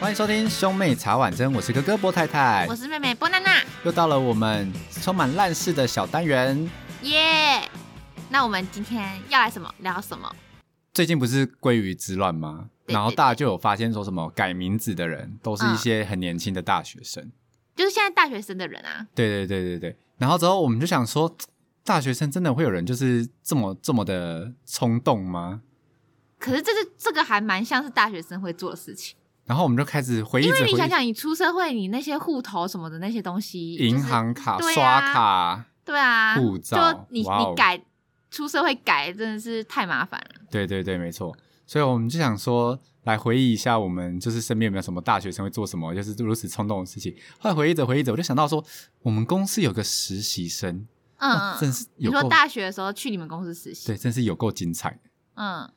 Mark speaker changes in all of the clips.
Speaker 1: 欢迎收听兄妹茶碗蒸，我是哥哥波太太
Speaker 2: 我，是妹妹波娜娜，
Speaker 1: 又到了我们充满烂事的小单元。
Speaker 2: 耶、那我们今天要来什么聊什么？
Speaker 1: 最近不是鲑鱼之乱吗？
Speaker 2: 对
Speaker 1: 然后
Speaker 2: 对
Speaker 1: 大家
Speaker 2: 对
Speaker 1: 就有发现说什么改名字的人都是一
Speaker 2: 嗯
Speaker 1: 些很年轻的大学生。
Speaker 2: 就是现在大学生的人啊，
Speaker 1: 对对对对对。然后之后我们就想说，大学生真的会有人就是这么这么的冲动吗？
Speaker 2: 可是这是这个还蛮像是大学生会做的事情，
Speaker 1: 然后我们就开始回忆
Speaker 2: 因
Speaker 1: 着
Speaker 2: 为
Speaker 1: 回
Speaker 2: 你想
Speaker 1: 忆
Speaker 2: 想，你出社会，你那些户头什么的那些东西，
Speaker 1: 银行卡、
Speaker 2: 对啊
Speaker 1: 刷卡，
Speaker 2: 就是、对啊，
Speaker 1: 护照
Speaker 2: 就你
Speaker 1: 哇哦
Speaker 2: 你改出社会改真的是太麻烦了，
Speaker 1: 对对对，没错。所以我们就想说，来回忆一下我们就是身边有没有什么大学生会做什么，就是如此冲动的事情。后来回忆着回忆着，我就想到说，我们公司有个实习生，
Speaker 2: 嗯
Speaker 1: 哇，哦真
Speaker 2: 嗯。
Speaker 1: 是
Speaker 2: 你
Speaker 1: 有
Speaker 2: 说
Speaker 1: 够
Speaker 2: 大学的时候去你们公司实习，
Speaker 1: 对，真是有够精彩的。
Speaker 2: 嗯，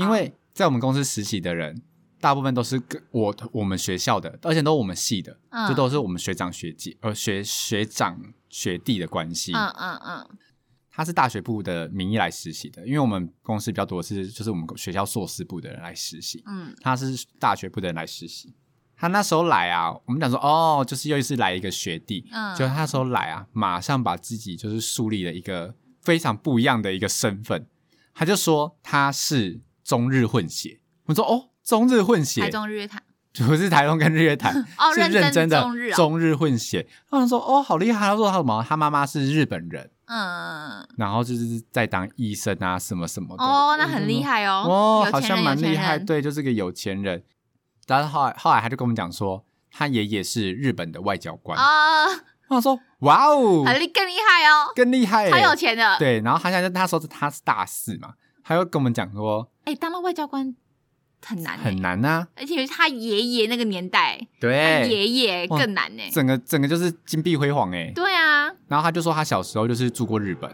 Speaker 1: 因为在我们公司实习的人，大部分都是跟我我们学校的，而且都是我们系的，
Speaker 2: 嗯
Speaker 1: 这都是我们学长学姐呃学学长学弟的关系。
Speaker 2: 嗯嗯嗯，
Speaker 1: 他是大学部的名义来实习的，因为我们公司比较多是就是我们学校硕士部的人来实习，
Speaker 2: 嗯
Speaker 1: 他是大学部的人来实习。他那时候来啊，我们讲说哦，就是又是来一个学弟，
Speaker 2: 嗯
Speaker 1: 就他那时候来啊，马上把自己就是树立了一个非常不一样的一个身份。他就说他是中日混血，我说哦，中日混
Speaker 2: 台
Speaker 1: 血
Speaker 2: 中日月潭，
Speaker 1: 不是台东跟日月潭，
Speaker 2: 哦
Speaker 1: 是
Speaker 2: 认真
Speaker 1: 认真的
Speaker 2: 中日哦
Speaker 1: 中日混血。他们说哦，好厉害！他说他什么？他妈妈是日本人，
Speaker 2: 嗯，嗯
Speaker 1: 然后就是在当医生啊，什么什么
Speaker 2: 嗯
Speaker 1: 的。
Speaker 2: 哦，那
Speaker 1: 我就
Speaker 2: 很
Speaker 1: 说
Speaker 2: 厉害哦，
Speaker 1: 哦，
Speaker 2: 有
Speaker 1: 好
Speaker 2: 钱
Speaker 1: 像
Speaker 2: 人
Speaker 1: 蛮
Speaker 2: 有钱
Speaker 1: 厉害，
Speaker 2: 人
Speaker 1: 对，就是个有钱人。但是后来后来他就跟我们讲说，他爷爷是日本的外交官。
Speaker 2: 哦，
Speaker 1: 我想说哇哦，
Speaker 2: 很厉更厉害哦，
Speaker 1: 更厉害耶，
Speaker 2: 超有钱的。，
Speaker 1: 对，然后他现在那时候他是大四嘛，他又跟我们讲说
Speaker 2: 哎、当到外交官很难、欸，
Speaker 1: 很，难啊，
Speaker 2: 而且他爷爷那个年代，他
Speaker 1: 对，
Speaker 2: 哎爷爷
Speaker 1: 哇
Speaker 2: 更难呢、欸
Speaker 1: 整个整个就是金碧辉煌哎。
Speaker 2: 对啊，
Speaker 1: 然后他就说他小时候就是住过日本，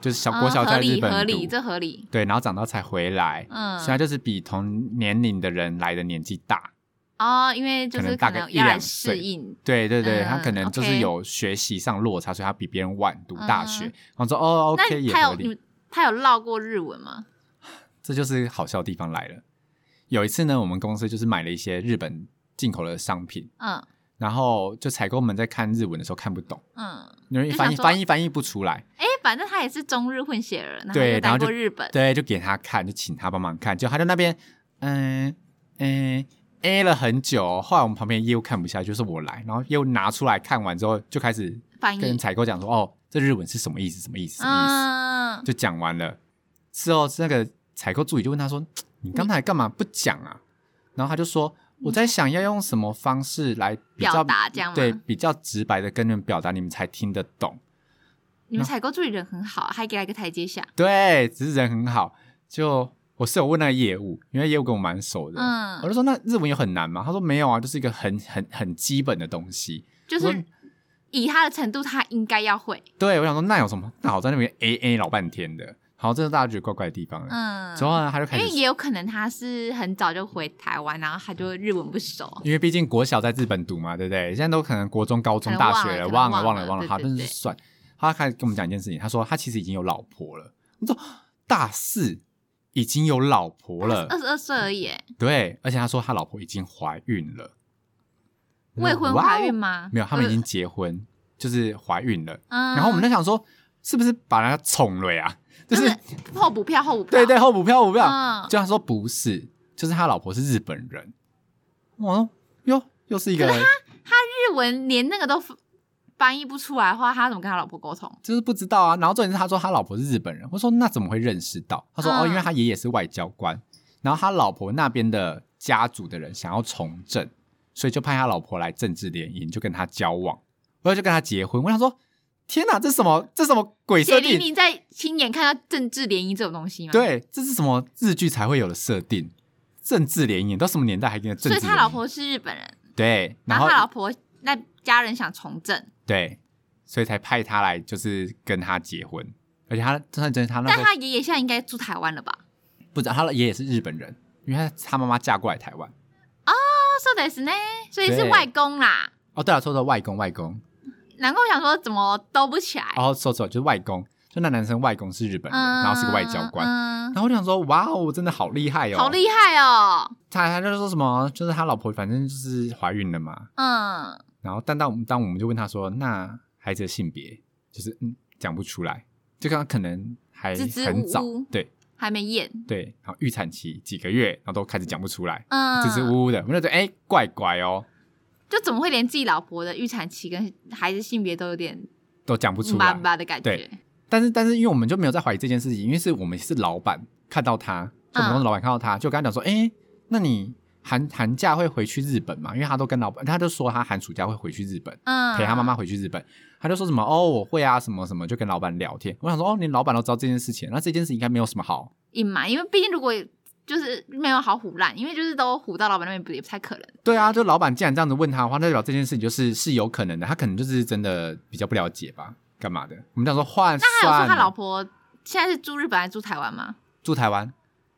Speaker 1: 就是小
Speaker 2: 嗯
Speaker 1: 国小
Speaker 2: 合
Speaker 1: 在日
Speaker 2: 理
Speaker 1: 本
Speaker 2: 合理，
Speaker 1: 读，
Speaker 2: 这合理。
Speaker 1: 对，然后长大才回来，
Speaker 2: 嗯
Speaker 1: 所以，他就是比同年龄的人来的年纪大，
Speaker 2: 哦，因为就
Speaker 1: 可能
Speaker 2: 是
Speaker 1: 大
Speaker 2: 可
Speaker 1: 概
Speaker 2: 能
Speaker 1: 一
Speaker 2: 要来
Speaker 1: 两岁
Speaker 2: 适应，
Speaker 1: 对对对，他
Speaker 2: 嗯
Speaker 1: 可能就是
Speaker 2: ，OK
Speaker 1: 有学习上落差，所以他比别人晚读大学。
Speaker 2: 嗯
Speaker 1: 然后说哦
Speaker 2: 那
Speaker 1: ，OK 也
Speaker 2: 他嗯
Speaker 1: 合
Speaker 2: 有你
Speaker 1: 理，
Speaker 2: 们他有唠过日文吗？
Speaker 1: 这就是好笑的地方来了。有一次呢，我们公司就是买了一些日本进口的商品，
Speaker 2: 嗯
Speaker 1: 然后就采购们在看日文的时候看不懂，
Speaker 2: 嗯，
Speaker 1: 因为
Speaker 2: 就
Speaker 1: 翻
Speaker 2: 想
Speaker 1: 译
Speaker 2: 说
Speaker 1: 翻译翻译不出来，
Speaker 2: 哎、反正他也是中日混血儿，然后
Speaker 1: 对
Speaker 2: 又
Speaker 1: 然后
Speaker 2: 待过
Speaker 1: 就
Speaker 2: 日本，
Speaker 1: 对，就给他看，就请他帮忙看，就他在那边嗯嗯。A 了很久哦、后来我们旁边业务看不下去，就是我来，然后业务拿出来看完之后，就开始
Speaker 2: 翻译
Speaker 1: 跟，采购讲说：“哦，这日文是什么意思？什么意思？什么意思？”
Speaker 2: 嗯，
Speaker 1: 就讲完了。事后那个采购助理就问他说：“你刚才干嘛不讲啊？”然后他就说：“我在想要用什么方式来比较
Speaker 2: 表达这样吗
Speaker 1: 对，比较直白的跟你们表达，你们才听得懂。
Speaker 2: 你们采购助理人很好，还给他一个台阶下，
Speaker 1: 对，只是人很好。就我是有问那个业务，因为业务跟我蛮熟的，
Speaker 2: 嗯
Speaker 1: 我就说那日文有很难吗？他说没有啊，就是一个很很很基本的东西。
Speaker 2: 就
Speaker 1: 我说
Speaker 2: 是以他的程度，他应该要会，
Speaker 1: 对，我想说那有什么？那我在那边 A A 老半天的，好，这是大家觉得怪怪的地方了。
Speaker 2: 嗯，
Speaker 1: 之后呢，他就开
Speaker 2: 因
Speaker 1: 始
Speaker 2: 为也有可能他是很早就回台湾，然后他就日文不熟，
Speaker 1: 因为毕竟国小在日本读嘛，对不对？现在都可能国中、高中、
Speaker 2: 可能
Speaker 1: 大
Speaker 2: 忘
Speaker 1: 学
Speaker 2: 了可能
Speaker 1: 忘了、忘
Speaker 2: 忘
Speaker 1: 了、
Speaker 2: 了
Speaker 1: 忘了。
Speaker 2: 对
Speaker 1: 好，
Speaker 2: 对
Speaker 1: 但是
Speaker 2: 对
Speaker 1: 算他开始跟我们讲一件事情，他说他其实已经有老婆了。我说大四已经有老婆了，
Speaker 2: 二十二岁而已耶，
Speaker 1: 对，而且他说他老婆已经怀孕了，我
Speaker 2: 未
Speaker 1: 说
Speaker 2: 婚
Speaker 1: 哇
Speaker 2: 怀
Speaker 1: 哦
Speaker 2: 孕吗？
Speaker 1: 没有，他们已
Speaker 2: 呃
Speaker 1: 经结婚，就是怀孕了。
Speaker 2: 嗯，
Speaker 1: 然后我们在想说，是不是把人家宠了呀？就是
Speaker 2: 就是后补票后补票，
Speaker 1: 对对，后补票补票，
Speaker 2: 嗯，
Speaker 1: 就他说不是，就是他老婆是日本人。我说哟，又是一个。
Speaker 2: 日文连那个都翻译不出来的话，他怎么跟他老婆沟通？
Speaker 1: 就是不知道啊。然后重点是他说他老婆是日本人，我说那怎么会认识到？他说、
Speaker 2: 嗯
Speaker 1: 哦，因为他爷爷是外交官，然后他老婆那边的家族的人想要从政，所以就派他老婆来政治联姻，就跟他交往，我就跟他结婚。我想说，天哪，这是什么这是什么鬼设
Speaker 2: 血淋
Speaker 1: 定？
Speaker 2: 淋在亲眼看到政治联姻这种东西吗？，
Speaker 1: 对，这是什么日剧才会有的设定？政治联姻到什么年代还跟政
Speaker 2: 所
Speaker 1: 治
Speaker 2: 以
Speaker 1: 联姻？
Speaker 2: 他老婆是日本人，
Speaker 1: 对，然
Speaker 2: 然
Speaker 1: 后
Speaker 2: 后他老婆那家人想从政，
Speaker 1: 对，所以才派他来就是跟他结婚，而且他真的真的他那
Speaker 2: 但
Speaker 1: 个
Speaker 2: 他爷爷现在应该住台湾了吧？
Speaker 1: 不知道他的爷爷是日本人，因为他他妈妈嫁过来台湾。
Speaker 2: そうですね，所以是
Speaker 1: 对
Speaker 2: 外公啦。
Speaker 1: 啊哦，对了，说说外公，外公，
Speaker 2: 难怪我想说怎么兜不起来。
Speaker 1: 哦，说说就是外公，就那男生外公是日本人，
Speaker 2: 啊
Speaker 1: 然后是个外交官。哎
Speaker 2: 嗯
Speaker 1: 然后我就想说，哇哦，真的好厉害哦！
Speaker 2: 好厉害哦，
Speaker 1: 他他就说什么，就是他老婆反正就是怀孕了嘛。
Speaker 2: 嗯，
Speaker 1: 然后但当我们当我们就问他说，那孩子的性别，就是嗯讲不出来，就刚刚可能还
Speaker 2: 支支
Speaker 1: 很
Speaker 2: 吾
Speaker 1: 早，
Speaker 2: 吾
Speaker 1: 对
Speaker 2: 还没验，
Speaker 1: 对，然后预产期几个月，然后都开始讲不出来，
Speaker 2: 嗯，
Speaker 1: 支支吾吾的，我就觉得哎、怪怪哦，
Speaker 2: 就怎么会连自己老婆的预产期跟孩子性别都有点
Speaker 1: 都讲不出
Speaker 2: 巴
Speaker 1: 来。
Speaker 2: 巴的感觉
Speaker 1: 对？但是但是因为我们就没有在怀疑这件事情，因为是我们是老板看到他，
Speaker 2: 嗯
Speaker 1: 就我们公司老板看到他，就跟他讲说，哎、那你寒寒假会回去日本吗？因为他都跟老板，他就说他寒暑假会回去日本。
Speaker 2: 嗯，
Speaker 1: 陪他妈妈，回去日本，他就说什么哦，我会啊，什么什么，就跟老板聊天。我想说哦，连老板都知道这件事情，那这件事应该没有什么好，
Speaker 2: 隐瞒，因为毕竟如果就是没有好唬烂，因为就是都唬到老板那边不也不太可能。
Speaker 1: 对啊，就老板既然这样子问他的话，那代表这件事情就是是有可能的，他可能就是真的比较不了解吧，干嘛的？我们讲说换
Speaker 2: 那还有
Speaker 1: 算
Speaker 2: 说他老
Speaker 1: 了，
Speaker 2: 婆现在是住日本还是住台湾吗？
Speaker 1: 住台湾，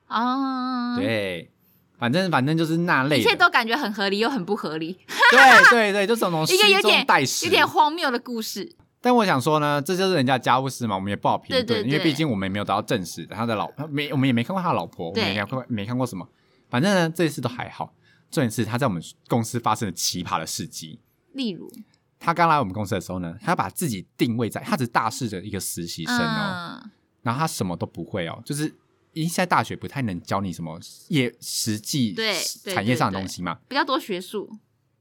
Speaker 2: 哦，，
Speaker 1: 对，哎反正反正就是那类
Speaker 2: 一切
Speaker 1: 的，
Speaker 2: 都感觉很合理又很不合理，
Speaker 1: 对对对，就这种
Speaker 2: 一个有
Speaker 1: 虚
Speaker 2: 点
Speaker 1: 中带实
Speaker 2: 有。点荒谬的故事。
Speaker 1: 但我想说呢，这就是人家家务事嘛，我们也不好评
Speaker 2: 对对
Speaker 1: 论，因为
Speaker 2: 对
Speaker 1: 毕竟我们也没有得到证实他的老没，我们也没看过他的老婆，我们也
Speaker 2: 对
Speaker 1: 没看过没看过什么，反正呢这次都还好。重点是他在我们公司发生了奇葩的事迹。
Speaker 2: 例如，
Speaker 1: 他刚来我们公司的时候呢，他把自己定位在他只是大四的一个实习生哦，
Speaker 2: 嗯，
Speaker 1: 然后他什么都不会哦，就是因为现在大学不太能教你什么业实际
Speaker 2: 对对
Speaker 1: 产业上的
Speaker 2: 对
Speaker 1: 东西嘛。
Speaker 2: 比较多学术，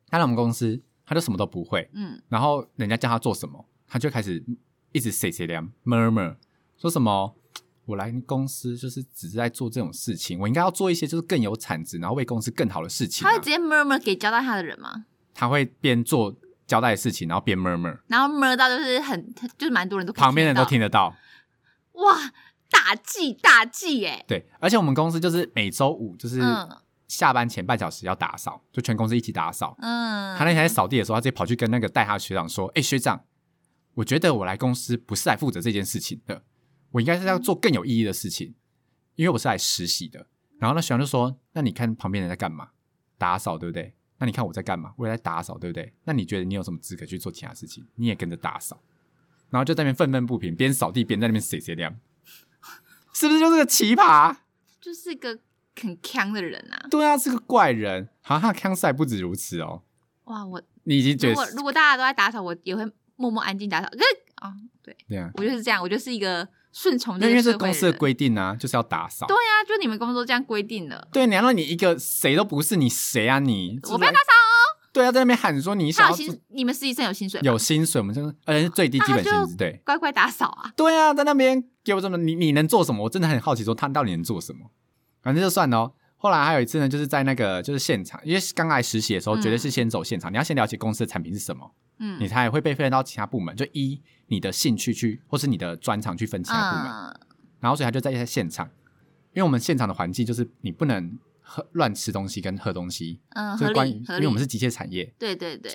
Speaker 1: 他来我们公司，他就什么都不会，
Speaker 2: 嗯，
Speaker 1: 然后人家叫他做什么，他就开始一直 say say them murmur，说什么我来公司就是只是在做这种事情，我应该要做一些就是更有产值，然后为公司更好的事情、啊
Speaker 2: 他会。直接 murmur 给交代他的人吗？
Speaker 1: 他会边做交代的事情，然后边 murmur，
Speaker 2: 然后 murmur 到就是很，就是蛮多人都可以
Speaker 1: 旁边人都
Speaker 2: 得
Speaker 1: 听得到。
Speaker 2: 到，哇，大忌大忌耶，
Speaker 1: 对，而且我们公司就是每周五就是
Speaker 2: 嗯
Speaker 1: 下班前半小时要打扫，就全公司一起打扫。
Speaker 2: 嗯，
Speaker 1: 他那天在扫地的时候，他直接跑去跟那个带他的学长说：“哎、学长，我觉得我来公司不是来负责这件事情的，我应该是要做更有意义的事情，因为我是来实习的。”然后那学长就说：“那你看旁边人在干嘛？打扫，对不对？那你看我在干嘛？我也在打扫，对不对？那你觉得你有什么资格去做其他事情？你也跟着打扫。”然后就在那边愤愤不平，边扫地边在那边谁谁亮，是不是就是个奇葩？
Speaker 2: 就是个很强的人啊。
Speaker 1: 对啊，是个怪人。好像他的康赛不止如此哦，
Speaker 2: 哇，我
Speaker 1: 你已经觉
Speaker 2: 如果
Speaker 1: 得
Speaker 2: 如果大家都在打扫，我也会默默安静打扫。可是啊、对
Speaker 1: 对啊。
Speaker 2: 我就是这样，我就是一个顺从这
Speaker 1: 那因为
Speaker 2: 个社
Speaker 1: 是
Speaker 2: 会
Speaker 1: 公司的
Speaker 2: 人
Speaker 1: 规定啊，就是要打扫。
Speaker 2: 对啊，就你们工作这样规定的。
Speaker 1: 对，难道你一个谁都不是，你谁啊你？
Speaker 2: 我不要
Speaker 1: 打扫哦。对啊，在那边喊说你
Speaker 2: 他
Speaker 1: 想
Speaker 2: 有
Speaker 1: 要
Speaker 2: 薪，你们实习生有薪水吧，
Speaker 1: 有薪水，我们真的，而且是最低
Speaker 2: 那
Speaker 1: 基
Speaker 2: 他
Speaker 1: 本薪
Speaker 2: 就
Speaker 1: 资。对
Speaker 2: 乖乖打扫啊。
Speaker 1: 对啊，在那边给我这么你你能做什么？我真的很好奇，说他到底能做什么？反正就算了哦。后来还有一次呢，就是在那个就是现场，因为刚来实习的时候，
Speaker 2: 嗯
Speaker 1: 绝对是先走现场，你要先了解公司的产品是什么，你
Speaker 2: 嗯
Speaker 1: 才会被分到其他部门。就依你的兴趣去，或是你的专长去分其他部门。
Speaker 2: 嗯，
Speaker 1: 然后所以他就在现场，因为我们现场的环境就是你不能喝乱吃东西跟喝东西，
Speaker 2: 嗯，
Speaker 1: 就
Speaker 2: 合
Speaker 1: 是关于
Speaker 2: 理合
Speaker 1: 因
Speaker 2: 理。
Speaker 1: 为我们是机械产业。
Speaker 2: 对对对，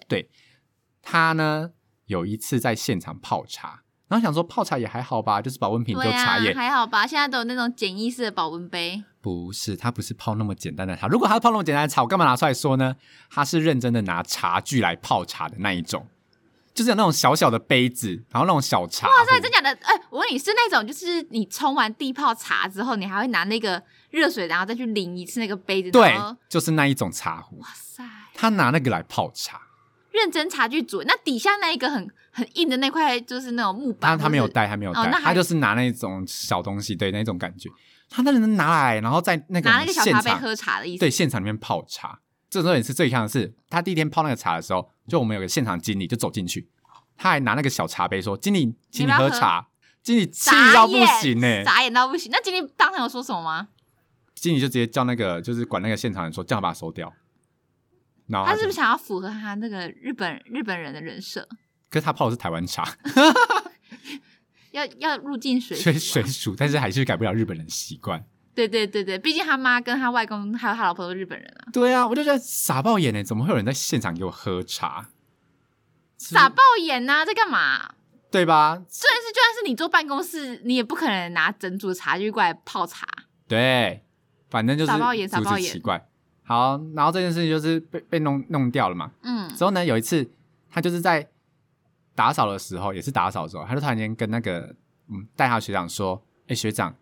Speaker 1: 他呢有一次在现场泡茶，然后想说泡茶也还好吧，就是保温瓶就
Speaker 2: 对
Speaker 1: 茶
Speaker 2: 啊
Speaker 1: 叶，，
Speaker 2: 还好吧？现在都有那种简易式的保温杯，
Speaker 1: 不是他不是泡那么简单的茶。如果他泡那么简单的茶，我干嘛拿出来说呢？他是认真的拿茶具来泡茶的那一种，就是有那种小小的杯子，然后那种小茶
Speaker 2: 哇塞，
Speaker 1: 壶
Speaker 2: 真。假的？哎、我问你是那种，就是你冲完地泡茶之后，你还会拿那个热水，然后再去淋一次那个杯子，
Speaker 1: 对
Speaker 2: 然后，
Speaker 1: 就是那一种茶壶，
Speaker 2: 哇塞，
Speaker 1: 他拿那个来泡茶，
Speaker 2: 认真茶具组，那底下那一个很很硬的那块就是那种木
Speaker 1: 他
Speaker 2: 板，
Speaker 1: 他没有
Speaker 2: 或是，
Speaker 1: 带，他没有带，
Speaker 2: 哦那还
Speaker 1: 他就是拿那种小东西，对那种感觉，他那人拿来，然后在那个
Speaker 2: 拿那个小
Speaker 1: 现
Speaker 2: 茶杯
Speaker 1: 场，
Speaker 2: 喝茶的意思。
Speaker 1: 对现场里面泡茶。这时候也是最像的是，他第一天泡那个茶的时候，就我们有个现场经理就走进去，他还拿那个小茶杯说：“经理，请你
Speaker 2: 要不
Speaker 1: 喝
Speaker 2: 要
Speaker 1: 茶。”经理气
Speaker 2: 傻眼
Speaker 1: 到不行呢、
Speaker 2: 傻眼到不行。那今天当场有说什么吗？
Speaker 1: 经理就直接叫那个就是管那个现场人说：“叫他把它收掉。”然后
Speaker 2: 他
Speaker 1: 哦他
Speaker 2: 是
Speaker 1: 就
Speaker 2: 不是想要符合他那个日本日本人的人设，
Speaker 1: 可是他泡的是台湾茶，
Speaker 2: 要要入境水
Speaker 1: 所以
Speaker 2: 俗
Speaker 1: 水
Speaker 2: 啊
Speaker 1: 煮，但是还是改不了日本人的习惯。
Speaker 2: 对对对对，毕竟他妈跟他外公还有他老婆都是日本人啊，
Speaker 1: 对啊，我就觉得傻爆眼呢、欸怎么会有人在现场给我喝茶？是
Speaker 2: 傻爆眼呐、在干嘛、
Speaker 1: 对吧？
Speaker 2: 虽然是就算是你坐办公室，你也不可能拿整组茶具过来泡茶。
Speaker 1: 对，反正就是
Speaker 2: 傻爆眼傻
Speaker 1: 阻止
Speaker 2: 爆眼
Speaker 1: 奇怪。好，然后这件事情就是被被弄弄掉了嘛。
Speaker 2: 嗯
Speaker 1: 之后呢，有一次他就是在打扫的时候，也是打扫的时候，他就突然间跟那个嗯，带他学长说，哎、学长，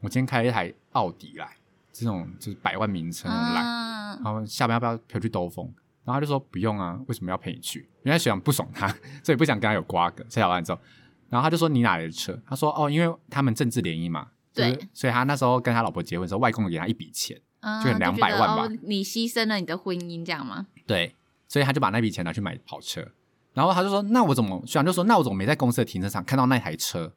Speaker 1: 我今天开了一台奥迪来，这种就是百万名车那种来，
Speaker 2: 嗯，
Speaker 1: 然后下班要不要陪我去兜风？然后他就说不用啊，为什么要陪你去？原来学长不爽他，所以不想跟他有瓜葛。下班之后，然后他就说你哪来的车？他说哦，因为他们政治联姻嘛，就是
Speaker 2: 对，
Speaker 1: 所以他那时候跟他老婆结婚的时候，外公给他一笔钱，
Speaker 2: 嗯
Speaker 1: 就有200
Speaker 2: 觉得
Speaker 1: 万吧
Speaker 2: 哦你牺牲了你的婚姻，这样吗？
Speaker 1: 对，所以他就把那笔钱拿去买跑车。然后他就说：“那我怎么？”学长就说：“那我怎么没在公司的停车场看到那台车？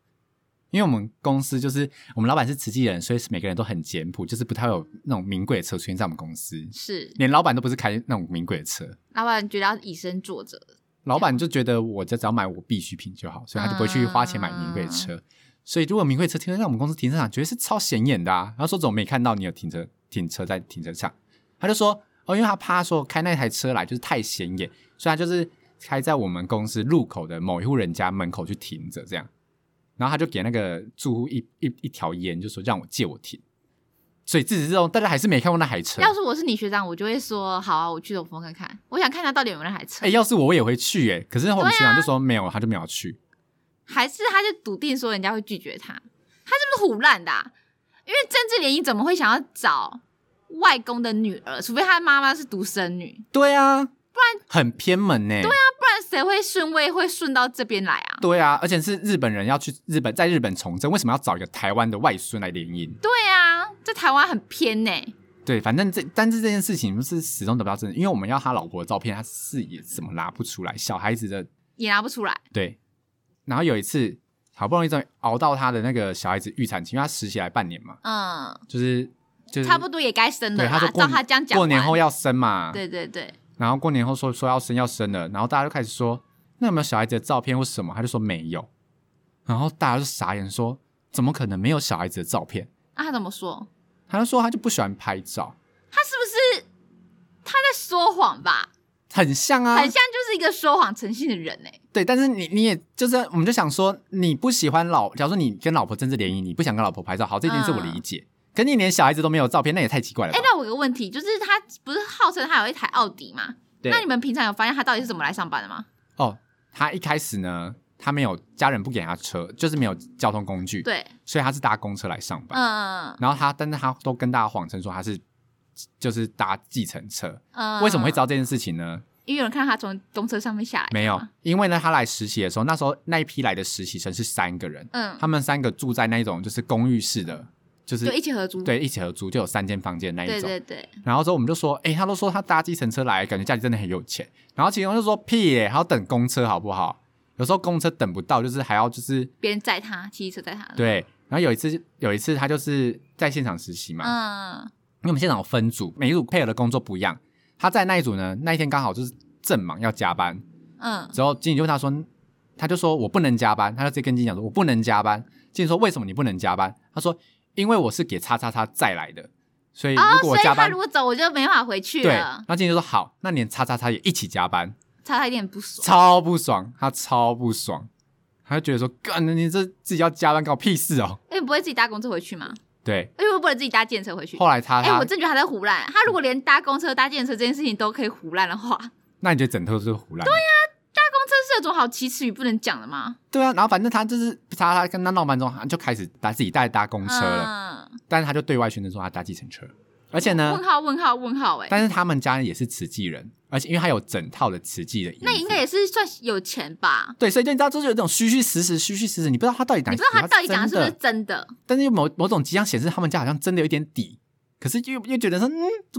Speaker 1: 因为我们公司就是我们老板是慈济人，所以是每个人都很简朴，就是不太有那种名贵的车出现在我们公司，
Speaker 2: 是，
Speaker 1: 连老板都不是开那种名贵的车。
Speaker 2: 老板觉得要以身作则，
Speaker 1: 老板就觉得我只要买我必需品就好，所以他就不会去花钱买名
Speaker 2: 啊
Speaker 1: 贵的车。所以如果名贵车停车在我们公司停车场，绝对是超显眼的啊。然后说怎么没看到你有停车停车在停车场？他就说哦，因为他怕说开那台车来就是太显眼，所以他就是开在我们公司入口的某一户人家门口去停着这样。然后他就给那个住户一一一条烟，就说让我借我停。所以自始至终大家还是没看过那台车。
Speaker 2: 要是我是你学长，我就会说好啊，我去龙峰看看，我想看他到底有没有那台车。
Speaker 1: 哎、要是我我也会去哎、可是
Speaker 2: 啊
Speaker 1: 我们学长就说没有，他就没有去。
Speaker 2: 还是他就笃定说人家会拒绝他，他是不是胡乱的啊、因为政治联姻怎么会想要找外公的女儿？除非他妈妈是独生女，
Speaker 1: 对啊，不然很偏门呢、对啊，
Speaker 2: 不然谁会顺位会顺到这边来啊？
Speaker 1: 对啊，而且是日本人要去日本，在日本从政，为什么要找一个台湾的外孙来联姻？
Speaker 2: 对啊，在台湾很偏呢、
Speaker 1: 对，反正这但是这件事情是始终得不到证实，因为我们要他老婆的照片，他是也怎么拿不出来，小孩子的
Speaker 2: 也拿不出来。
Speaker 1: 对。然后有一次，好不容易终于熬到他的那个小孩子预产期，因为他实习来半年嘛，
Speaker 2: 嗯，
Speaker 1: 就是就是
Speaker 2: 差不多也该生了
Speaker 1: 对，
Speaker 2: 啦。
Speaker 1: 他说过
Speaker 2: 照他这样讲，
Speaker 1: 过年后，要生嘛，
Speaker 2: 对对对，
Speaker 1: 然后过年后说说要生要生了，然后大家就开始说那有没有小孩子的照片或什么？他就说没有，然后大家就傻眼说怎么可能没有小孩子的照片？
Speaker 2: 啊那他怎么说？
Speaker 1: 他就说他就不喜欢拍照，
Speaker 2: 他是不是他在说谎吧？
Speaker 1: 很像啊，
Speaker 2: 很像就是一个说谎成性的人呢、
Speaker 1: 对。但是你你也就是我们就想说你不喜欢老，假如说你跟老婆政治联谊，你不想跟老婆拍照，好，这件事我理解。可你连小孩子都没有照片，那也太奇怪了吧
Speaker 2: 啊哎、？那我有个问题，就是他不是号称他有一台奥迪嘛？
Speaker 1: 对
Speaker 2: 那你们平常有发现他到底是怎么来上班的吗？
Speaker 1: 哦，他一开始呢，他没有家人不给他车，就是没有交通工具，
Speaker 2: 对，
Speaker 1: 所以他是搭公车来上班。
Speaker 2: 嗯
Speaker 1: 然后他，但是他都跟大家谎称说他是就是搭计程车。
Speaker 2: 嗯，
Speaker 1: 为什么会知？道这件事情呢？
Speaker 2: 因为有人看到他从公车上面下来，
Speaker 1: 没有
Speaker 2: 吗，
Speaker 1: 因为呢，他来实习的时候，那时候那一批来的实习生是三个人，
Speaker 2: 嗯，
Speaker 1: 他们三个住在那一种就是公寓式的，就是
Speaker 2: 就一起合租，
Speaker 1: 对一起合租，就有三间房间那一
Speaker 2: 对
Speaker 1: 种。
Speaker 2: 对对，
Speaker 1: 然后之后我们就说，哎、他都说他搭计程车来，感觉家里真的很有钱。然后其中就说屁耶、还要等公车好不好？有时候公车等不到，就是还要就是
Speaker 2: 别人载他，骑车载他，，
Speaker 1: 对。然后有一次有一次他就是在现场实习嘛，
Speaker 2: 嗯，
Speaker 1: 因为我们现场有分组，每一组配合的工作不一样。他在那一组呢，那一天刚好就是正忙要加班，
Speaker 2: 嗯，
Speaker 1: 之后经理就问他说，他就说我不能加班，他就直接跟经理讲说我不能加班。经理说为什么你不能加班？他说因为我是给叉叉叉再来的，所以
Speaker 2: 哦，
Speaker 1: 如果
Speaker 2: 所
Speaker 1: 我
Speaker 2: 以
Speaker 1: 加
Speaker 2: 他
Speaker 1: 班，
Speaker 2: 如果走，我就没办法回去
Speaker 1: 对，
Speaker 2: 了
Speaker 1: 然，后经理就说好，那连叉叉叉也一起加班，
Speaker 2: 差他一点不爽，
Speaker 1: 超不爽，他超不爽，他就觉得说干你这自己要加班搞屁事哦。
Speaker 2: 因为哎你不会自己搭公车回去吗？
Speaker 1: 对，
Speaker 2: 因为我不能自己搭电车回去。
Speaker 1: 后来他
Speaker 2: 哎、
Speaker 1: 他、
Speaker 2: 我真觉得他在胡乱。他如果连搭公车、搭电车这件事情都可以胡乱的话，
Speaker 1: 那你觉得整头是胡乱？
Speaker 2: 这是有种好奇耻与不能讲的吗？
Speaker 1: 对啊，然后反正他就是他他跟他闹翻之后，他就开始搭自己带搭公车了，
Speaker 2: 嗯
Speaker 1: 但是他就对外宣称说他搭计程车，而且呢
Speaker 2: 问，号问号问号哎、
Speaker 1: 但是他们家人也是慈济人，而且因为他有整套的慈济的衣服，
Speaker 2: 那应该也是算有钱吧？
Speaker 1: 对，所以就你知道，就是有这种虚虚实实、虚虚实实，你不知道他到底哪
Speaker 2: 你不知道他到底讲的
Speaker 1: 的
Speaker 2: 是不是，真的？
Speaker 1: 但是又某某种迹象显示他们家好像真的有一点底，可是又又觉得说嗯，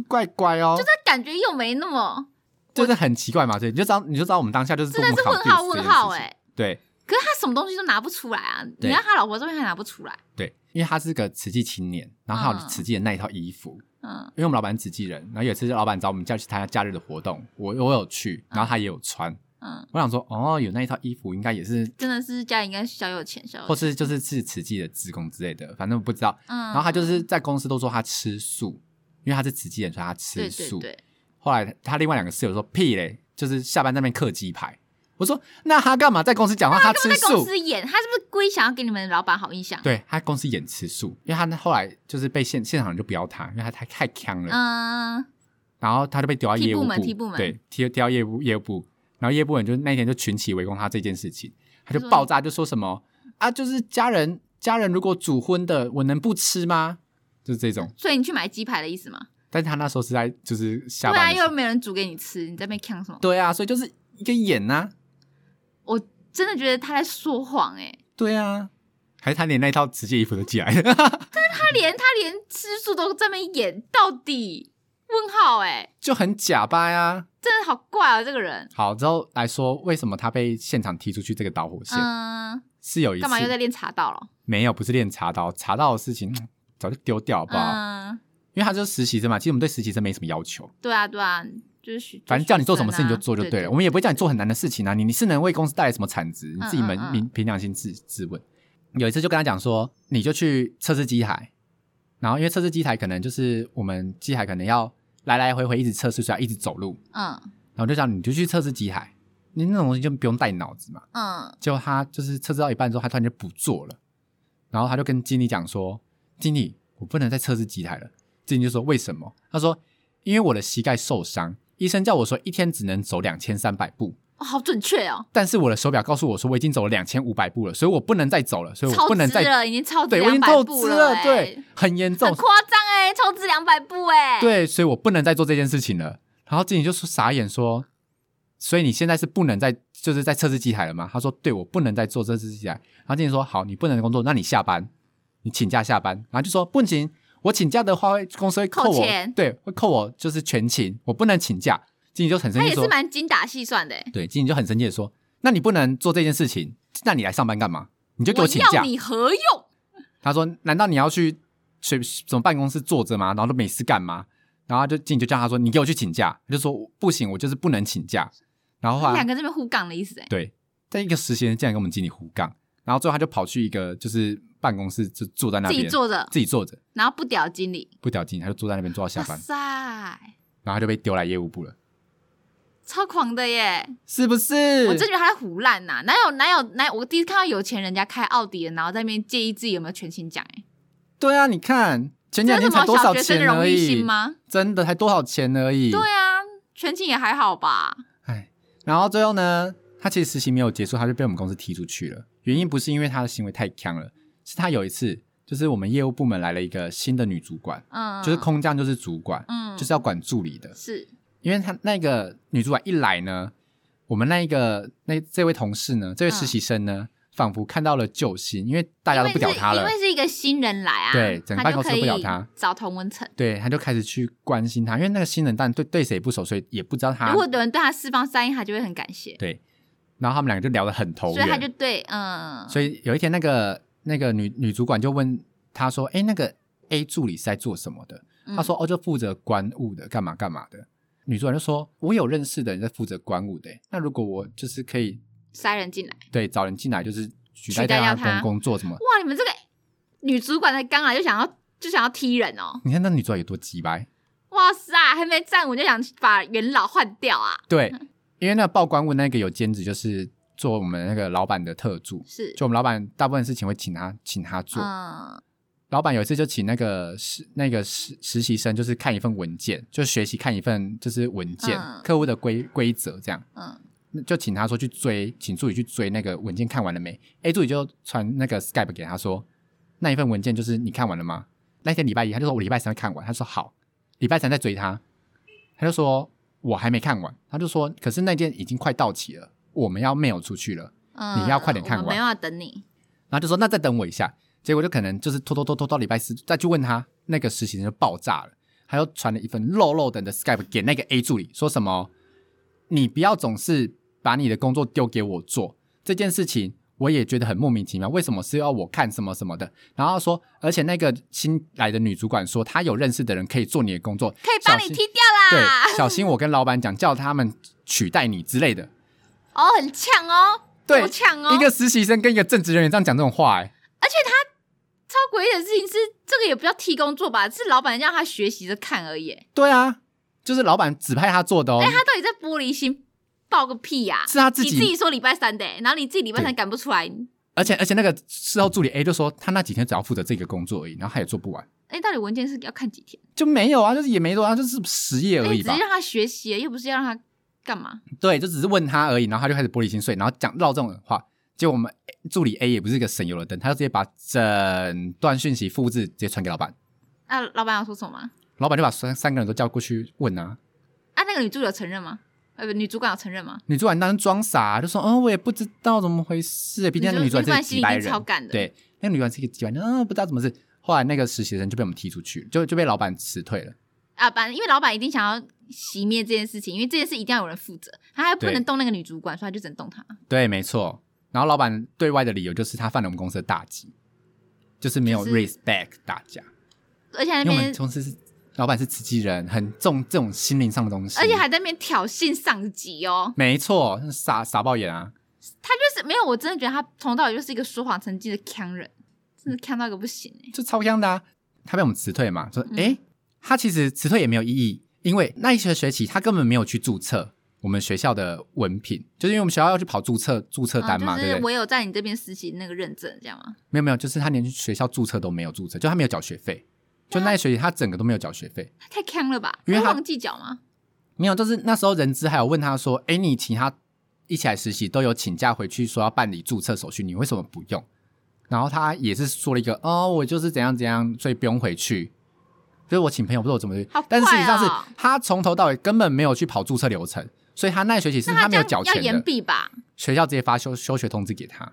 Speaker 1: 怪怪哦，
Speaker 2: 那感觉又没那么，
Speaker 1: 就是很奇怪嘛，所以你就知道你就知道我们当下就是
Speaker 2: 真
Speaker 1: 多
Speaker 2: 的
Speaker 1: 么
Speaker 2: 是
Speaker 1: confused 这件
Speaker 2: 问号问
Speaker 1: 事
Speaker 2: 号
Speaker 1: 情
Speaker 2: 哎、
Speaker 1: 对
Speaker 2: 可是他什么东西都拿不出来啊！
Speaker 1: 对
Speaker 2: 你看他老婆照片还拿不出来，
Speaker 1: 对，因为他是个慈济青年，然后还有
Speaker 2: 嗯
Speaker 1: 慈济的那一套衣服，
Speaker 2: 嗯
Speaker 1: 因为我们老板是慈济人，然后有一次老板找我们叫去参加假日的活动，我我有去，然后他也有穿。
Speaker 2: 嗯，
Speaker 1: 我想说，哦，有那一套衣服，应该也是，
Speaker 2: 真的是家里应该小有钱，小有
Speaker 1: 或
Speaker 2: 钱。
Speaker 1: 是就是是慈济的职工之类的，反正我不知道。
Speaker 2: 嗯，
Speaker 1: 然后他就是在公司都说他吃素，因为他是慈济人，所以他吃
Speaker 2: 对对
Speaker 1: 素。
Speaker 2: 对，
Speaker 1: 后来他另外两个室友说屁嘞，就是下班在那边嗑鸡排。我说那他干嘛在公司讲话？他
Speaker 2: 他
Speaker 1: 吃
Speaker 2: 们在公
Speaker 1: 素？
Speaker 2: 司演，他是不是故意想要给你们老板好印象？，
Speaker 1: 对他公司演吃素，因为他后来就是被现现场人就不要他，因为他太太呛了。
Speaker 2: 嗯，
Speaker 1: 然后他就被丢到业务
Speaker 2: 踢部门踢部门
Speaker 1: 对，踢丢到业务业务部，然后业务部人就那天就群起围攻他这件事情，他
Speaker 2: 就
Speaker 1: 就
Speaker 2: 说
Speaker 1: 爆炸，就说什么啊，就是家人家人如果煮荤的，我能不吃吗？就是这种。
Speaker 2: 所以你去买鸡排的意思吗？
Speaker 1: 但是他那时候是在就是下
Speaker 2: 对啊，
Speaker 1: 班的时候，
Speaker 2: 又没人煮给你吃，你在那边呛什么？
Speaker 1: 对啊，所以就是一个演啊呐、
Speaker 2: 我真的觉得他在说谎哎、
Speaker 1: 对啊，还是他连那套直接衣服都寄来了，
Speaker 2: 他连他连吃素都在那边演，到底问号哎、
Speaker 1: 就很假掰啊。
Speaker 2: 真的好怪啊这个人。
Speaker 1: 好，之后来说为什么他被现场踢出去这个导火线，
Speaker 2: 嗯，
Speaker 1: 是有一次
Speaker 2: 干嘛又在练茶道了？
Speaker 1: 没有，不是练茶刀，茶刀的事情嗯早就丢掉，好不好？
Speaker 2: 嗯，
Speaker 1: 因为他就是实习生嘛，其实我们对实习生没什么要求，
Speaker 2: 对啊对啊，就是学
Speaker 1: 反正叫你做什么事你就做就
Speaker 2: 对
Speaker 1: 啊对了，我们也不会叫你做很难的事情啊。你你是能为公司带来什么产值，你自己
Speaker 2: 嗯
Speaker 1: 扪
Speaker 2: 嗯
Speaker 1: 凭凭良心自自问。有一次就跟他讲说，你就去测试机台，然后因为测试机台可能就是我们机台可能要来来回回一直测试，所以要一直走路，
Speaker 2: 嗯
Speaker 1: 然后就叫你就去测试机台，你那种东西就不用带脑子嘛。
Speaker 2: 嗯，
Speaker 1: 结果他就是测试到一半之后，他突然就不做了，然后他就跟经理讲说：“经理，我不能再测试机台了。”经理就说：“为什么？”他说：“因为我的膝盖受伤，医生叫我说一天只能走两千三百步，
Speaker 2: 哦，好准确哦，
Speaker 1: 但是我的手表告诉我说我已经走了两千五百步了，所以我不能再走了，所以我
Speaker 2: 超
Speaker 1: 不能
Speaker 2: 支
Speaker 1: 再
Speaker 2: 了，已经超支
Speaker 1: 对我已
Speaker 2: 两
Speaker 1: 经
Speaker 2: 百
Speaker 1: 透
Speaker 2: 步
Speaker 1: 支了，
Speaker 2: 哎
Speaker 1: 对，很严重
Speaker 2: 很，夸张哎，超支两百步哎、，
Speaker 1: 对，所以我不能再做这件事情了。”然后经理就说傻眼说：“所以你现在是不能再就是在测试机台了吗？”他说：“对，我不能再做测试机台。”然后经理说：“好，你不能工作，那你下班，你请假下班。”然后就说：“不行，我请假的话，会公司会
Speaker 2: 扣
Speaker 1: 扣我，
Speaker 2: 钱
Speaker 1: 对，会扣我就是全勤，我不能请假。”经理就很生
Speaker 2: 他
Speaker 1: 气
Speaker 2: 也
Speaker 1: 说
Speaker 2: 是蛮精打细算的、哎：“
Speaker 1: 对，经理就很生气的说，那你不能做这件事情，那你来上班干嘛？你就给我请假
Speaker 2: 要。你何用？”
Speaker 1: 他说：“难道你要去去什么办公室坐着吗？然后都没事干吗？”然后他就经理就叫他说：“你给我去请假。”他就说：“不行，我就是不能请假。”然后后来
Speaker 2: 两个这边互杠的意思哎、
Speaker 1: 对，但一个实习生竟然跟我们经理胡杠，然后最后他就跑去一个就是办公室就坐在那
Speaker 2: 自
Speaker 1: 边
Speaker 2: 己坐着，
Speaker 1: 自己坐着
Speaker 2: 然后不屌经理，
Speaker 1: 不屌经理，他就坐在那边坐到下班
Speaker 2: 哇，塞，
Speaker 1: 然后他就被丢来业务部了，
Speaker 2: 超狂的耶！
Speaker 1: 是不是？
Speaker 2: 我真觉得他在胡乱呐，哪有哪有哪有？我第一次看到有钱人家开奥迪的，然后在那边介意自己有没有全勤奖、哎，
Speaker 1: 对啊，你看前
Speaker 2: 这
Speaker 1: 两
Speaker 2: 是
Speaker 1: 天才
Speaker 2: 什
Speaker 1: 多
Speaker 2: 么
Speaker 1: 少
Speaker 2: 小学生的
Speaker 1: 钱
Speaker 2: 荣
Speaker 1: 而
Speaker 2: 誉
Speaker 1: 已
Speaker 2: 心，吗？
Speaker 1: 真的才多少钱而已。
Speaker 2: 对啊，全勤也还好吧。
Speaker 1: 哎，然后最后呢，他其实实习没有结束，他就被我们公司踢出去了。原因不是因为他的行为太强了，是他有一次就是我们业务部门来了一个新的女主管，
Speaker 2: 嗯，
Speaker 1: 就是，空降就是主管，
Speaker 2: 嗯，
Speaker 1: 就是要管助理的。
Speaker 2: 是，
Speaker 1: 因为他那个女主管一来呢，我们那一个那这位同事呢，这位实习生呢，仿佛看到了救星，因为大家都不屌他
Speaker 2: 嗯因
Speaker 1: 了
Speaker 2: 为，是因为是一个新人来啊，
Speaker 1: 对整个
Speaker 2: 他
Speaker 1: 办
Speaker 2: 就
Speaker 1: 公室
Speaker 2: 可
Speaker 1: 都
Speaker 2: 以
Speaker 1: 不屌他
Speaker 2: 找童文成。
Speaker 1: 对，他就开始去关心他，因为那个新人但对对谁也不熟，所以也不知道他
Speaker 2: 如。果有人对他释放善意，他就会很感谢，
Speaker 1: 对，然后他们两个就聊得很投
Speaker 2: 所
Speaker 1: 缘，
Speaker 2: 以他就对，嗯，
Speaker 1: 所以有一天，那个那个女女主管就问他说：“哎，那个 A 助理是在做什么的？”
Speaker 2: 嗯
Speaker 1: 他说：“哦，就负责关务的，干嘛干嘛的。”女主管就说：“我有认识的人在负责关务的，诶那如果我就是可以
Speaker 2: 塞人进来。
Speaker 1: 对找人进来，就是取代
Speaker 2: 取代
Speaker 1: 掉
Speaker 2: 掉
Speaker 1: 他的
Speaker 2: 他
Speaker 1: 工工作什么
Speaker 2: 哇，你们这个女主管才刚来就想要就想要踢人哦？”，
Speaker 1: 你看那女主管有多鸡掰？
Speaker 2: 哇塞，还没站稳就想把元老换掉啊？
Speaker 1: 对，因为那个报关务那个有兼职，就是做我们那个老板的特助，
Speaker 2: 是，
Speaker 1: 就我们老板大部分事情会请他请他做。
Speaker 2: 嗯
Speaker 1: 老板有一次就请那个实那个实实习生，就是看一份文件，就学习看一份就是文件、
Speaker 2: 嗯
Speaker 1: 客户的规规则这样，
Speaker 2: 嗯，
Speaker 1: 那就请他说去追，请助理去追那个文件看完了没？A 助理就传那个 Skype 给他说，那一份文件就是你看完了吗？那天礼拜一，他就说我礼拜三看完，他说好，礼拜三再追他，他就说我还没看完，他就说可是那件已经快到期了，我们要 mail 出去了。
Speaker 2: 嗯
Speaker 1: 你要快点看
Speaker 2: 我
Speaker 1: 完
Speaker 2: 们没办法等你。
Speaker 1: 然后就说那再等我一下，结果就可能就是拖拖拖拖到礼拜四再去问他，那个实习生就爆炸了，他又传了一份肉肉等的 Skype 给那个 A 助理，说什么你不要总是把你的工作丢给我做这件事情。我也觉得很莫名其妙，为什么是要我看什么什么的？然后说，而且那个新来的女主管说，她有认识的人可以做你的工作，
Speaker 2: 可以帮你啊
Speaker 1: 小心
Speaker 2: 踢掉啦！
Speaker 1: 对，小心我跟老板讲，叫他们取代你之类的。
Speaker 2: 哦，很呛哦，
Speaker 1: 对
Speaker 2: 多呛哦。
Speaker 1: 一个实习生跟一个正职人员这样讲这种话、哎，
Speaker 2: 而且他超诡异的事情是，这个也不叫替工作吧，是老板让他学习着看而已。哎
Speaker 1: 对啊，就是老板指派他做的哦。
Speaker 2: 他到底在玻璃心爆个屁啊呀、
Speaker 1: 是他自
Speaker 2: 你
Speaker 1: 己，
Speaker 2: 自己说礼拜三的、哎然后你自己礼拜三赶不出来，
Speaker 1: 而且而且那个事后助理 A 就说，他那几天只要负责这个工作而已，然后他也做不完，
Speaker 2: 哎、到底文件是要看几天？
Speaker 1: 就没有啊，就是也没多啊，就是十页而
Speaker 2: 哎
Speaker 1: 已
Speaker 2: 只是
Speaker 1: 吧。
Speaker 2: 让他学习，又不是要让他干嘛？
Speaker 1: 对，就只是问他而已，然后他就开始玻璃心碎，然后讲绕这种话，结果我们哎助理 A 也不是个省油的灯，他就直接把整段讯息复制，直接传给老板。
Speaker 2: 那啊老板要说什么吗？
Speaker 1: 老板就把三三个人都叫过去问啊。
Speaker 2: 啊，那个女助理有承认吗？呃，不，女主管有承认吗？
Speaker 1: 女主管当时装傻、就说：“嗯，我也不知道怎么回事。”毕竟那个
Speaker 2: 女
Speaker 1: 女主
Speaker 2: 主管
Speaker 1: 管是几
Speaker 2: 心里
Speaker 1: 百
Speaker 2: 一定
Speaker 1: 人，
Speaker 2: 超干的。，
Speaker 1: 对，那个女主管是一个几百人，嗯，不知道怎么事。后来那个实习生就被我们踢出去，就就被老板辞退了。
Speaker 2: 啊，反正因为老板一定想要熄灭这件事情，因为这件事一定要有人负责，他还不
Speaker 1: 对
Speaker 2: 能动那个女主管，所以他就只能动她。
Speaker 1: 对，没错。然后老板对外的理由就是他犯了我们公司的大忌，就是没有
Speaker 2: 就是
Speaker 1: respect 大家，
Speaker 2: 而且还
Speaker 1: 因
Speaker 2: 在
Speaker 1: 为
Speaker 2: 那
Speaker 1: 我们
Speaker 2: 边，
Speaker 1: 公司是老板是慈济人，很重这种心灵上的东西，
Speaker 2: 而且还在那边挑衅上级哦。
Speaker 1: 没错，傻傻爆眼啊！
Speaker 2: 他就是没有，我真的觉得他从头到尾就是一个说谎成精的坑人，真的坑到一个不行哎、
Speaker 1: 就超香的啊！他被我们辞退嘛，说
Speaker 2: 嗯
Speaker 1: 诶，他其实辞退也没有意义，因为那一学学期他根本没有去注册我们学校的文凭，就是因为我们学校要去跑注册注册单嘛，
Speaker 2: 嗯，就
Speaker 1: 对
Speaker 2: 是
Speaker 1: 不对？
Speaker 2: 我有在你这边实习那个认证，这样吗？
Speaker 1: 没有没有，就是他连去学校注册都没有注册，就他没有缴学费，
Speaker 2: 啊
Speaker 1: 就那一学期他整个都没有缴学费。
Speaker 2: 他太坑了吧？
Speaker 1: 因为
Speaker 2: 他
Speaker 1: 他
Speaker 2: 忘记缴吗？
Speaker 1: 没有，就是那时候人资还有问他说：“哎，你其他一起来实习都有请假回去说要办理注册手续，你为什么不用？”然后他也是说了一个：“哦，我就是怎样怎样，所以不用回去。”就是我请朋友，不知道我怎么去
Speaker 2: 好怪哦
Speaker 1: 但是事实上是他从头到尾根本没有去跑注册流程，所以他那学期是
Speaker 2: 那他
Speaker 1: 没
Speaker 2: 这
Speaker 1: 有
Speaker 2: 样
Speaker 1: 缴
Speaker 2: 要
Speaker 1: 钱
Speaker 2: 延
Speaker 1: 的，
Speaker 2: 毕吧？
Speaker 1: 学校直接发休休学通知给他，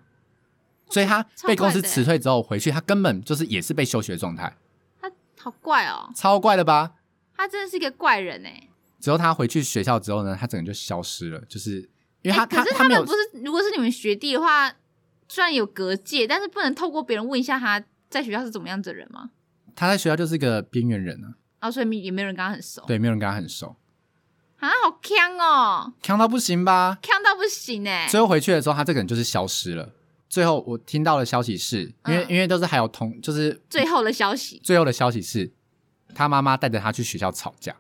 Speaker 1: 所以他
Speaker 2: 超
Speaker 1: 被公
Speaker 2: 怪
Speaker 1: 司
Speaker 2: 的
Speaker 1: 辞退之后回去，他根本就是也是被休学状态，
Speaker 2: 他好怪哦，
Speaker 1: 超怪的吧？
Speaker 2: 他真的是一个怪人哎、
Speaker 1: 之后他回去学校之后呢，他整个就消失了，就是因为
Speaker 2: 哎
Speaker 1: 他、
Speaker 2: 可是
Speaker 1: 他没
Speaker 2: 们
Speaker 1: 有
Speaker 2: 不是，如果是你们学弟的话，虽然有隔界，但是不能透过别人问一下他在学校是怎么样子的人吗？
Speaker 1: 他在学校就是个边缘人啊，
Speaker 2: 然后所以也没有人跟他很熟，
Speaker 1: 对，没有人跟他很熟，
Speaker 2: 啊，好坑哦，
Speaker 1: 看到不行吧？
Speaker 2: 坑到不行哎、
Speaker 1: 最后回去的时候，他这个人就是消失了。最后我听到的消息是，因为、
Speaker 2: 嗯
Speaker 1: 因为都是还有同，就是
Speaker 2: 最后的消息，
Speaker 1: 最后的消息是，他妈妈带着他去学校吵架，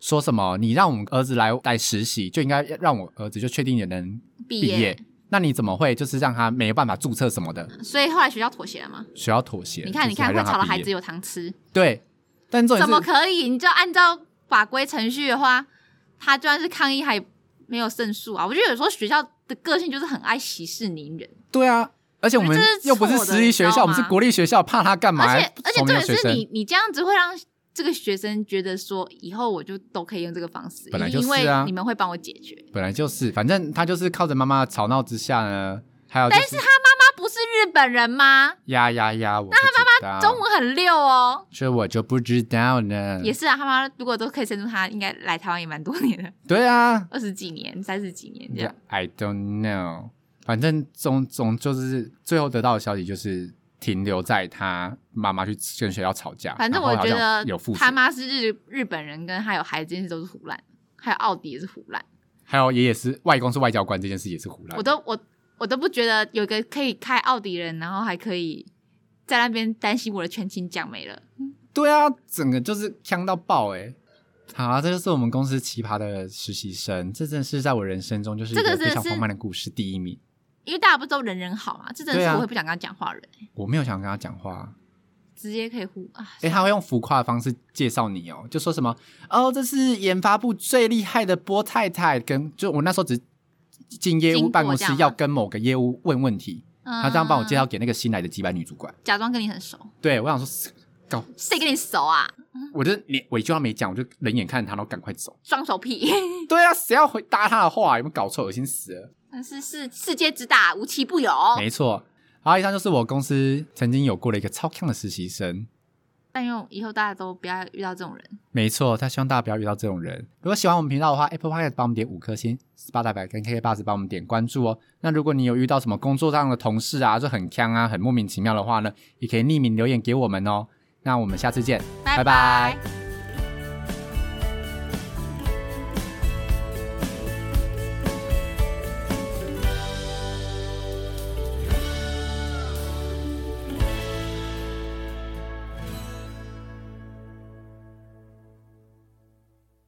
Speaker 1: 说什么你让我们儿子来来实习，就应该让我儿子就确定也能
Speaker 2: 毕
Speaker 1: 毕业，那你怎么会就是让他没有办法注册什么的？
Speaker 2: 所以后来学校妥协了吗？
Speaker 1: 学校妥协，
Speaker 2: 你看，你
Speaker 1: 就是还
Speaker 2: 看，会
Speaker 1: 让他
Speaker 2: 吵的
Speaker 1: 毕
Speaker 2: 孩
Speaker 1: 业
Speaker 2: 子有糖吃，
Speaker 1: 对，但重点
Speaker 2: 怎
Speaker 1: 是
Speaker 2: 么可以？你就按照法规程序的话，他就算是抗议还没有胜诉啊！我觉得有时候学校的个性就是很爱息事宁人，
Speaker 1: 对啊，而且我们
Speaker 2: 我觉得这是
Speaker 1: 又不是
Speaker 2: 错的
Speaker 1: 私立学
Speaker 2: 你知
Speaker 1: 校，
Speaker 2: 道
Speaker 1: 我
Speaker 2: 吗
Speaker 1: 们是国立学校，怕他干嘛？
Speaker 2: 而且而且
Speaker 1: 崇
Speaker 2: 重
Speaker 1: 洋学
Speaker 2: 点是
Speaker 1: 生
Speaker 2: 你你这样子会让这个学生觉得说，以后我就都可以用这个方式，
Speaker 1: 本来就是
Speaker 2: 因为
Speaker 1: 啊
Speaker 2: 你们会帮我解决。
Speaker 1: 本来就是，反正他就是靠着妈妈的吵闹之下呢，还有、就是，但是他
Speaker 2: 他不是日本人吗？
Speaker 1: 呀呀呀，我那他妈妈
Speaker 2: 中，文很溜哦。
Speaker 1: 这我就不知道呢。
Speaker 2: 也是啊，他妈如果都可以生出他，应该来台湾也蛮多年的，
Speaker 1: 对啊
Speaker 2: 二十几年、三十几年这样。
Speaker 1: ，I don't know，反正总总就是最后得到的消息就是停留在他妈妈去跟学校吵架，
Speaker 2: 反正
Speaker 1: 啊然
Speaker 2: 我
Speaker 1: 后好
Speaker 2: 觉
Speaker 1: 像
Speaker 2: 得
Speaker 1: 有父
Speaker 2: 他妈是日日本人，跟他有孩子这件事都是胡乱，还有奥迪也是胡乱。
Speaker 1: 还有爷爷是外公是外交官这件事也是胡乱
Speaker 2: 我，都我我都不觉得有一个可以开奥迪人，然后还可以在那边担心我的全勤奖没了。
Speaker 1: 对啊，整个就是呛到爆哎、好、啊，这就是我们公司奇葩的实习生，这真的是在我人生中就是一
Speaker 2: 这个
Speaker 1: 个
Speaker 2: 真的
Speaker 1: 非常
Speaker 2: 是
Speaker 1: 荒诞的故事第一名。
Speaker 2: 因为大家不都人人好嘛，这真的
Speaker 1: 对
Speaker 2: 是
Speaker 1: 啊
Speaker 2: 我会不想跟他讲话的人，
Speaker 1: 我没有想跟他讲话，
Speaker 2: 直接可以呼啊！
Speaker 1: 诶，他会用浮夸的方式介绍你哦，就说什么哦，这是研发部最厉害的波太太，跟就我那时候只进业务办公
Speaker 2: 经
Speaker 1: 室
Speaker 2: 过这
Speaker 1: 要
Speaker 2: 样吗
Speaker 1: 跟某个业务问问题，他
Speaker 2: 他
Speaker 1: 这样帮我介，绍给那个新来的几百女主管。
Speaker 2: 嗯假装跟你很熟，
Speaker 1: 对我想说，搞，
Speaker 2: 谁跟你熟啊？
Speaker 1: 我就连我一句话没讲，我就冷眼看着他，然后赶快 走。
Speaker 2: 双手屁，
Speaker 1: 对啊，谁要回答他的话？有没有搞错？恶心死了。
Speaker 2: 但是世世界之大，无奇不有。
Speaker 1: 没错。好，以上就是我公司曾经有过的一个超强的实习生。
Speaker 2: 但愿以后大家都不要遇到这种人。
Speaker 1: 没错，他希望大家不要遇到这种人。如果喜欢我们频道的话，Apple Podcast 帮我们点五颗星，Spotify 跟 KK Bus 帮我们点关注哦。那如果你有遇到什么工作上的同事啊，就很呛啊，很莫名其妙的话呢，也可以匿名留言给我们哦。那我们下次见，拜拜
Speaker 2: 拜